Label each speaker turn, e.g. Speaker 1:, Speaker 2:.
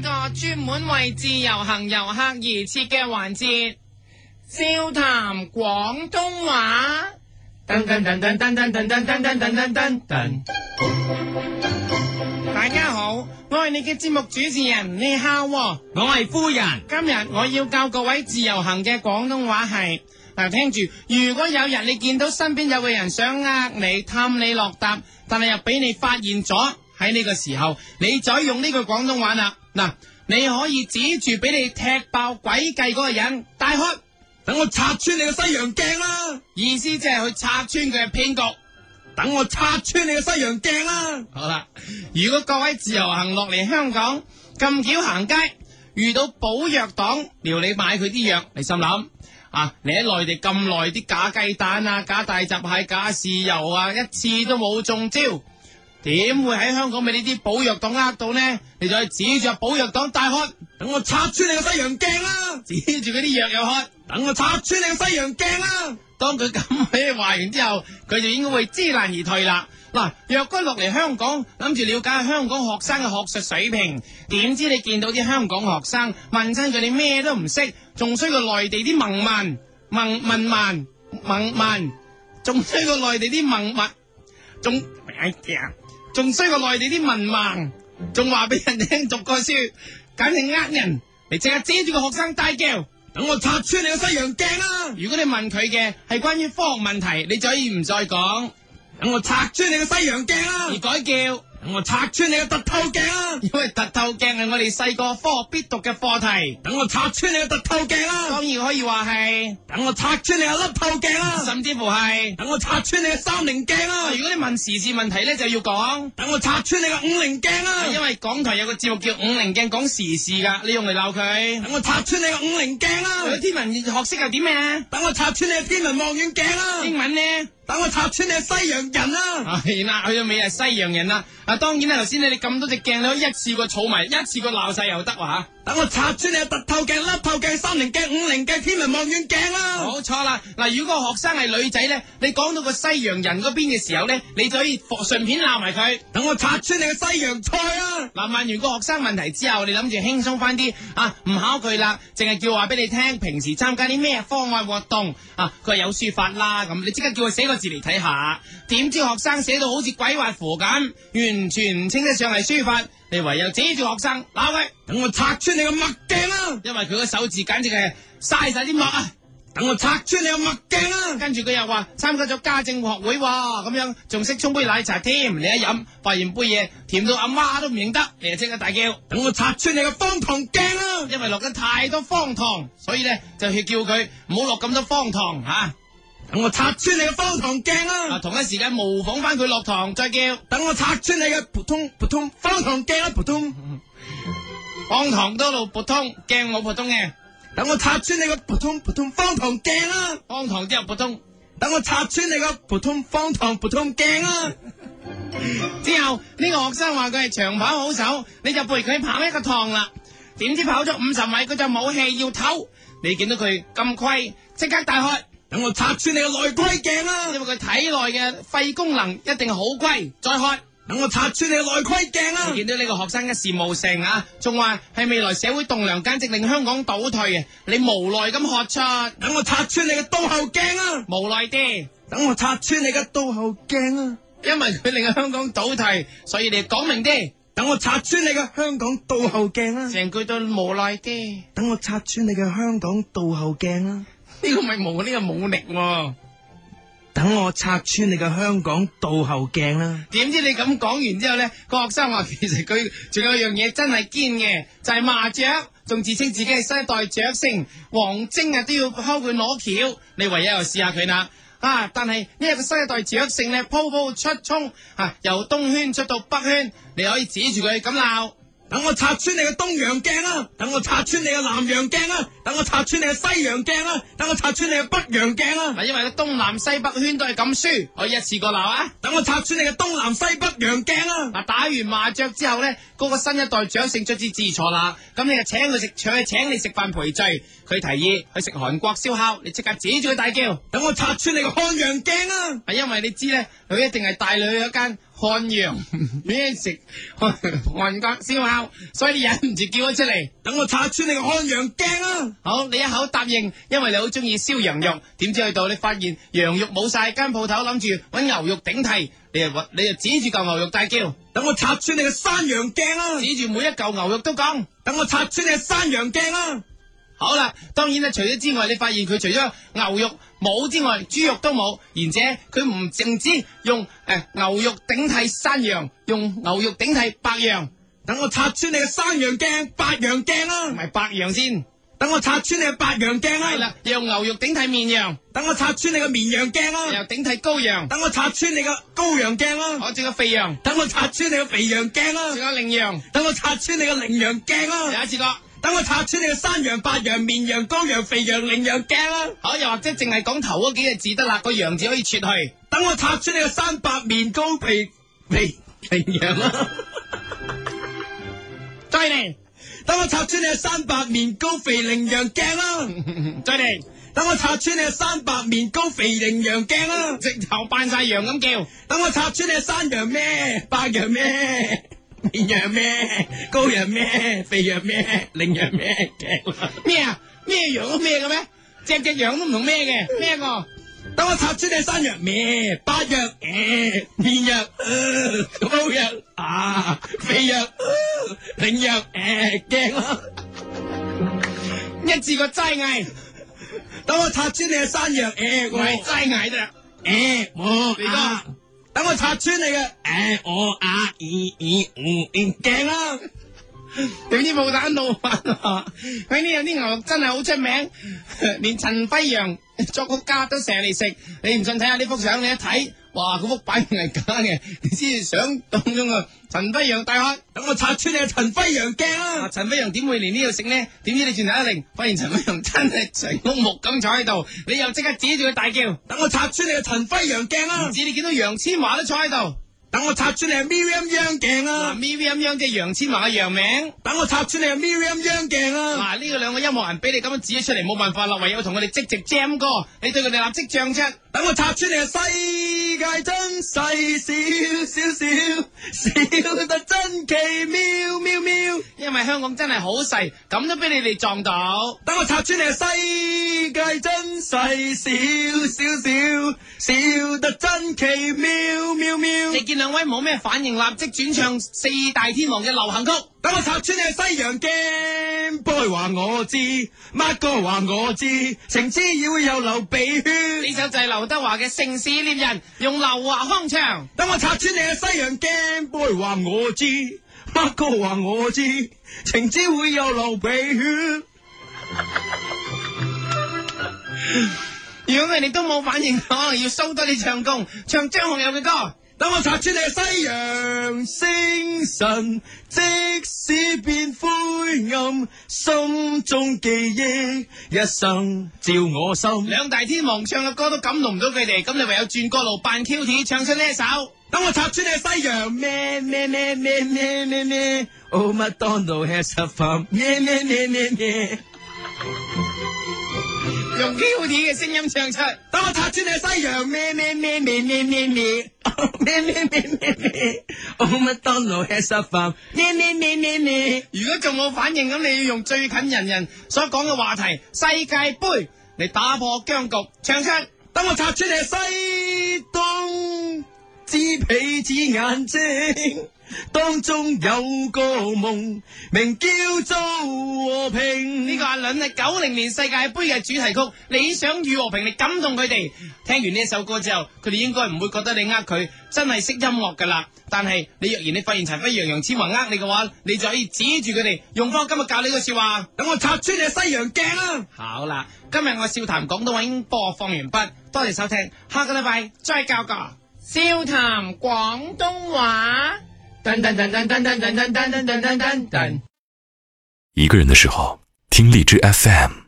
Speaker 1: 個專門為自由行遊客而設嘅環節，笑談廣東話。噔噔噔噔噔噔噔噔噔噔噔噔噔。大家好，我係你嘅節目主持人，你好喎。
Speaker 2: 我係夫人，
Speaker 1: 今日我要教各位自由行嘅廣東話係嗱，聽住。如果有日你見到身邊有個人想呃你、氹你落搭，但係又俾你發現咗，喺呢個時候，你再用呢句廣東話啦。嗱，你可以指住俾你踢爆詭計嗰個人，大喝，
Speaker 2: 等我拆穿你個西洋鏡啦！
Speaker 1: 意思即係去拆穿佢嘅騙局。
Speaker 2: 等我拆穿你個西洋鏡啦！
Speaker 1: 好啦，如果各位自由行落嚟香港，咁巧行街遇到寶藥黨，撩你買佢啲藥，你心諗啊，你喺內地咁耐，啲假雞蛋啊、假大閘蟹、假豉油啊，一次都冇中招，點會喺香港俾呢啲寶藥黨呃到呢？你就去指住寶藥黨大喝，
Speaker 2: 等我拆穿你個西洋鏡啦！
Speaker 1: 指住嗰啲藥又喝。
Speaker 2: 等我拆穿你個西洋鏡啦！
Speaker 1: 當佢咁樣話完之後，佢就應該會知難而退啦。嗱，若果落嚟香港，諗住了解下香港學生嘅學術水平，點知你見到啲香港學生問親佢哋咩都唔識，仲衰過內地啲文盲、文文盲、文盲，仲衰過內地啲文盲，仲哎呀，仲衰過內地啲文盲，仲話俾人聽讀過書，簡直呃人。你即刻遮住個學生大叫！
Speaker 2: 等我拆穿你個西洋鏡啦！
Speaker 1: 如果你問佢嘅係關於科學問題，你就可以唔再講，
Speaker 2: 等我拆穿你個西洋鏡
Speaker 1: 而
Speaker 2: 啦！
Speaker 1: 改叫，
Speaker 2: 等我拆穿你個凸透鏡啦！
Speaker 1: 因為凸透鏡係我哋細個科學必讀嘅課題，
Speaker 2: 等我拆穿你個凸透鏡啦！
Speaker 1: 當然可以話係，
Speaker 2: 等我拆穿你個凹透鏡啦！
Speaker 1: 甚至乎係。
Speaker 2: 等我拆穿你個三棱鏡啦！
Speaker 1: 如果你問時事問題咧，就要講，
Speaker 2: 等我拆穿你個五棱鏡
Speaker 1: 因
Speaker 2: 啦！
Speaker 1: 為港台有個節目叫《五棱鏡》講時事噶，你用嚟鬧佢。
Speaker 2: 等我拆穿你個五棱鏡
Speaker 1: 佢
Speaker 2: 啦！
Speaker 1: 天文學識又點啊？
Speaker 2: 等我拆穿你個天文望遠鏡啦！
Speaker 1: 英文咧？
Speaker 2: 等我拆穿你係西洋人 啦、
Speaker 1: 係啦，去到尾係西洋人啦。啊，當然啦，頭先你哋咁多隻鏡，你可以一次過儲埋，一次過鬧晒又得喎嚇。
Speaker 2: 等我拆穿你係凸透鏡、凹透鏡、三棱鏡、五棱鏡、天文望遠鏡啦、
Speaker 1: 冇錯啦，嗱，如果個學生係女仔咧，你講到個西洋人嗰邊嘅時候咧，你就可以順便鬧埋佢。
Speaker 2: 等我拆穿你嘅西洋菜啦、
Speaker 1: 嗱，問完個學生問題之後，你諗住輕鬆翻啲啊，唔考佢啦，淨係叫話俾你聽，平時參加啲咩課外活動啊？佢話有書法啦，咁你即刻叫佢寫個字嚟睇下。點知學生寫到好似鬼畫符咁，完全唔稱得上係書法，你唯有指住學生鬧佢，
Speaker 2: 等我拆穿你嘅墨鏡啦、
Speaker 1: 因為佢個手字簡直係嘥晒啲墨啊！
Speaker 2: 等我拆穿你嘅墨鏡啊啦、
Speaker 1: 跟住佢又話參加咗家政學會喎，咁樣仲識沖杯奶茶添。你一飲，發現杯嘢甜到阿媽都唔認得，你就即刻大叫，
Speaker 2: 等我拆穿你嘅方糖鏡啊啦、
Speaker 1: 因為落得太多方糖，所以咧就去叫佢唔好落咁多方糖嚇。啊
Speaker 2: 等我拆穿你嘅方糖鏡啦、
Speaker 1: 啊，同一時間模仿翻佢落糖，再叫
Speaker 2: 等我拆穿你嘅普通普通方糖鏡啦、啊普通，
Speaker 1: 放糖多路撥通，鏡冇撥通嘅，
Speaker 2: 等我拆穿你嘅普通普通方糖鏡啦、
Speaker 1: 放糖之後撥通，
Speaker 2: 等我拆穿你嘅普通方糖普通鏡啊啦、
Speaker 1: 之後呢、個學生話佢係長跑好手，你就陪佢跑一個趟啦。點知跑咗五十米，佢就冇氣要唞。你見到佢咁虧，即刻大喝。
Speaker 2: 等我拆穿你嘅內窺鏡啊啦、
Speaker 1: 因為佢體內嘅肺功能一定好虧，再渴。
Speaker 2: 等我拆穿你嘅內窺鏡啊啦、
Speaker 1: 見到呢個學生一事無成啊，仲話係未來社會棟梁，簡直令香港倒退啊！你無奈咁喝出，
Speaker 2: 等我拆穿你嘅倒後鏡啦、
Speaker 1: 無奈啲，
Speaker 2: 等我拆穿你嘅倒後鏡啊啦、
Speaker 1: 因為佢令香港倒退，所以你講明啲，
Speaker 2: 等我拆穿你嘅香港倒後鏡啦、
Speaker 1: 成句都無奈啲。
Speaker 2: 等我拆穿你嘅香港倒後鏡啊啦、
Speaker 1: 呢個咪冇呢個武力喎、
Speaker 2: 等我拆穿你嘅香港倒後鏡啦、
Speaker 1: 點知你咁講完之後呢，個學生話其實佢仲有樣嘢真係堅嘅，就係、麻雀，仲自稱自己係新一代雀聖，王晶啊都要拋佢攞橋，你唯有又試下佢啦。啊！但係呢一個新一代雀聖呢，鋪鋪出衝啊，由東圈出到北圈，你可以指住佢咁鬧。
Speaker 2: 等我拆穿你嘅東洋鏡啦、等我拆穿你嘅南洋鏡啦、等我拆穿你嘅西洋鏡啦、等我拆穿你嘅北洋鏡啊啦、
Speaker 1: 嗱，因為咧東南西北圈都係咁輸，可以一次過鬧啊！
Speaker 2: 等我拆穿你嘅東南西北洋鏡啊啦、
Speaker 1: 嗱，打完麻雀之後呢，嗰、個新一代長勝卒之知錯啦，咁你就請佢食，佢請你食飯賠罪。佢提議去食韓國燒烤，你即刻指住佢大叫，啊
Speaker 2: 等我拆穿你嘅漢洋鏡啦、啊
Speaker 1: 係因為你知呢，佢一定係帶你去一間漢陽咩食韓韓國燒烤，所以你忍唔住叫咗出嚟。
Speaker 2: 等我拆穿你個漢陽鏡啊！
Speaker 1: 好，你一口答應，因為你好中意燒羊肉。點知去到你發現羊肉冇晒，間鋪頭諗住揾牛肉頂替，你就揾你就指住嚿牛肉大叫，
Speaker 2: 等我拆穿你個山羊鏡啊！
Speaker 1: 指住每一嚿牛肉都講。
Speaker 2: 等我拆穿你個山羊鏡啊！
Speaker 1: 好啦，當然啦，除咗之外，你發現佢除咗牛肉冇之外，豬肉都冇，而且佢唔淨止用诶、牛肉頂替山羊，用牛肉頂替白羊，
Speaker 2: 等我拆穿你個山羊鏡、白羊鏡
Speaker 1: 同
Speaker 2: 啊！
Speaker 1: 埋白羊先。
Speaker 2: 等我拆穿你個白羊鏡
Speaker 1: 係
Speaker 2: 啊！
Speaker 1: 啦，用牛肉頂替綿羊，
Speaker 2: 等我拆穿你個綿羊鏡
Speaker 1: 又
Speaker 2: 啊！
Speaker 1: 頂替羔羊，
Speaker 2: 等我拆穿你個羔羊鏡啊！
Speaker 1: 我仲有肥羊，
Speaker 2: 等我拆穿你個肥羊鏡
Speaker 1: 仲
Speaker 2: 啊！
Speaker 1: 有羚羊，
Speaker 2: 等我拆穿你個羚羊鏡
Speaker 1: 有
Speaker 2: 啊！
Speaker 1: 一次過。
Speaker 2: 等我拆穿你個山羊、白羊、綿羊、羔羊、肥羊、羚羊鏡啊！
Speaker 1: 好，哦又或者淨係講頭嗰幾隻字得啦，個羊字可以切去。
Speaker 2: 等我拆穿你個山白面羔皮皮羚羊啊！
Speaker 1: 再嚟，
Speaker 2: 等我拆穿你個山白面羔肥羚羊鏡啊！
Speaker 1: 再嚟，
Speaker 2: 等我拆穿你個山白面羔肥羚羊鏡啊！
Speaker 1: 直頭扮晒羊咁叫。
Speaker 2: 等我插穿你山羊咩？白羊咩？綿羊咩？羔羊咩？肥羊咩？羚羊咩？
Speaker 1: 咩啊？咩羊都咩嘅咩？只只羊都唔同咩嘅，咩啊個？
Speaker 2: 等我插穿你山羊咩？白羊誒，綿羊呃羔羊啊，肥羊呃羚羊誒，驚啦！
Speaker 1: 一次過齋嗌，
Speaker 2: 等我插穿你山羊誒，
Speaker 1: 我係
Speaker 2: 我
Speaker 1: 齋嗌得啦。
Speaker 2: 誒我
Speaker 1: 你
Speaker 2: 啊
Speaker 1: 講，
Speaker 2: 等我插穿你嘅誒我啊咦咦唔驚啊啦！
Speaker 1: 點知冇蛋老闆啊！佢 呢有啲牛肉真係好出名，連陳輝陽 作曲家都成日嚟食。你唔信睇下呢幅相，你一睇，哇！嗰幅擺明係假嘅， 你先至想當中啊！陳輝陽大喝。
Speaker 2: 等我插穿你嘅陳輝陽鏡
Speaker 1: 啊！
Speaker 2: 啦！
Speaker 1: 陳飛揚點會嚟呢度食呢？點知你轉頭一擰，發現陳飛揚真係垂屋木咁坐喺度，你又即刻指住佢大叫，唔
Speaker 2: 等我拆穿你嘅陳輝陽鏡啦！
Speaker 1: 止你見到楊千嬅都坐喺度。啊
Speaker 2: 等我拆穿你嘅 Miriam 央
Speaker 1: 嗱
Speaker 2: 鏡啦！
Speaker 1: ，Miriam 央即係楊千嬅嘅洋名。
Speaker 2: 等我拆穿你嘅 Miriam 啊央鏡啦！
Speaker 1: 啊嗱，呢個兩個音樂人俾你咁樣指咗出嚟，冇辦法啦，唯有同佢哋即席 jam 歌。你對佢哋立即漲出。
Speaker 2: 等我拆穿你嘅啊世界真細小小小，小得真奇妙妙妙。
Speaker 1: 因為香港真係好細，咁都俾你哋撞到。
Speaker 2: 等我拆穿你嘅啊世界真細小小小，小得真奇妙妙妙
Speaker 1: 你。見兩位冇咩反應，立即轉唱四大天王嘅流行曲。
Speaker 2: 等我插穿你嘅西洋鏡，boy 話我知，乜哥話我知，情之要有流鼻
Speaker 1: 呢
Speaker 2: 血。
Speaker 1: 首就係劉德華嘅《城市獵人》，用劉華腔唱。
Speaker 2: 等我插穿你嘅西洋鏡，boy 話我知，乜哥話我知，情之會有流鼻血。
Speaker 1: 如果佢哋都冇反應，可能要 show 多啲唱功，唱張學友嘅歌。
Speaker 2: 等我插穿你嘅西洋星辰，即使變灰暗，心中記憶一生照我心。
Speaker 1: 兩大天王唱嘅歌都感動唔到佢哋，咁你唯有轉歌路扮 Q T 唱出呢一首。
Speaker 2: 等我插穿你西洋咩咩咩咩咩咩咩，Oh McDonald has a farm 咩咩咩咩咩。
Speaker 1: 用 Q T 嘅聲音唱出，
Speaker 2: 等我插穿你西洋咩咩咩咩咩咩咩哦咩咩咩咩咩，Oh McDonald has a farm 咩咩咩咩咩。
Speaker 1: 如果仲冇反應，咁你要用最近人人所講嘅話題世界盃嚟打破僵局，唱出。
Speaker 2: 等我插穿你西東之彼此眼睛，當中有個夢，名叫做和平。
Speaker 1: 呢個阿倫係九零年世界盃嘅主題曲《理想與和平》，你感動佢哋。聽完呢一首歌之後，佢哋應該唔會覺得你呃佢，真係識音樂噶啦。但係你若然你發現陳輝陽、楊千嬅呃你嘅話，你就可以指住佢哋，用翻今日教你嘅説話。
Speaker 2: 等我插穿你西洋鏡啊啦！
Speaker 1: 好啦，今日我笑談廣東話已經播放完畢，多謝收聽，下個禮拜再教個笑談廣東話。
Speaker 3: 一个人的时候，听荔枝 FM。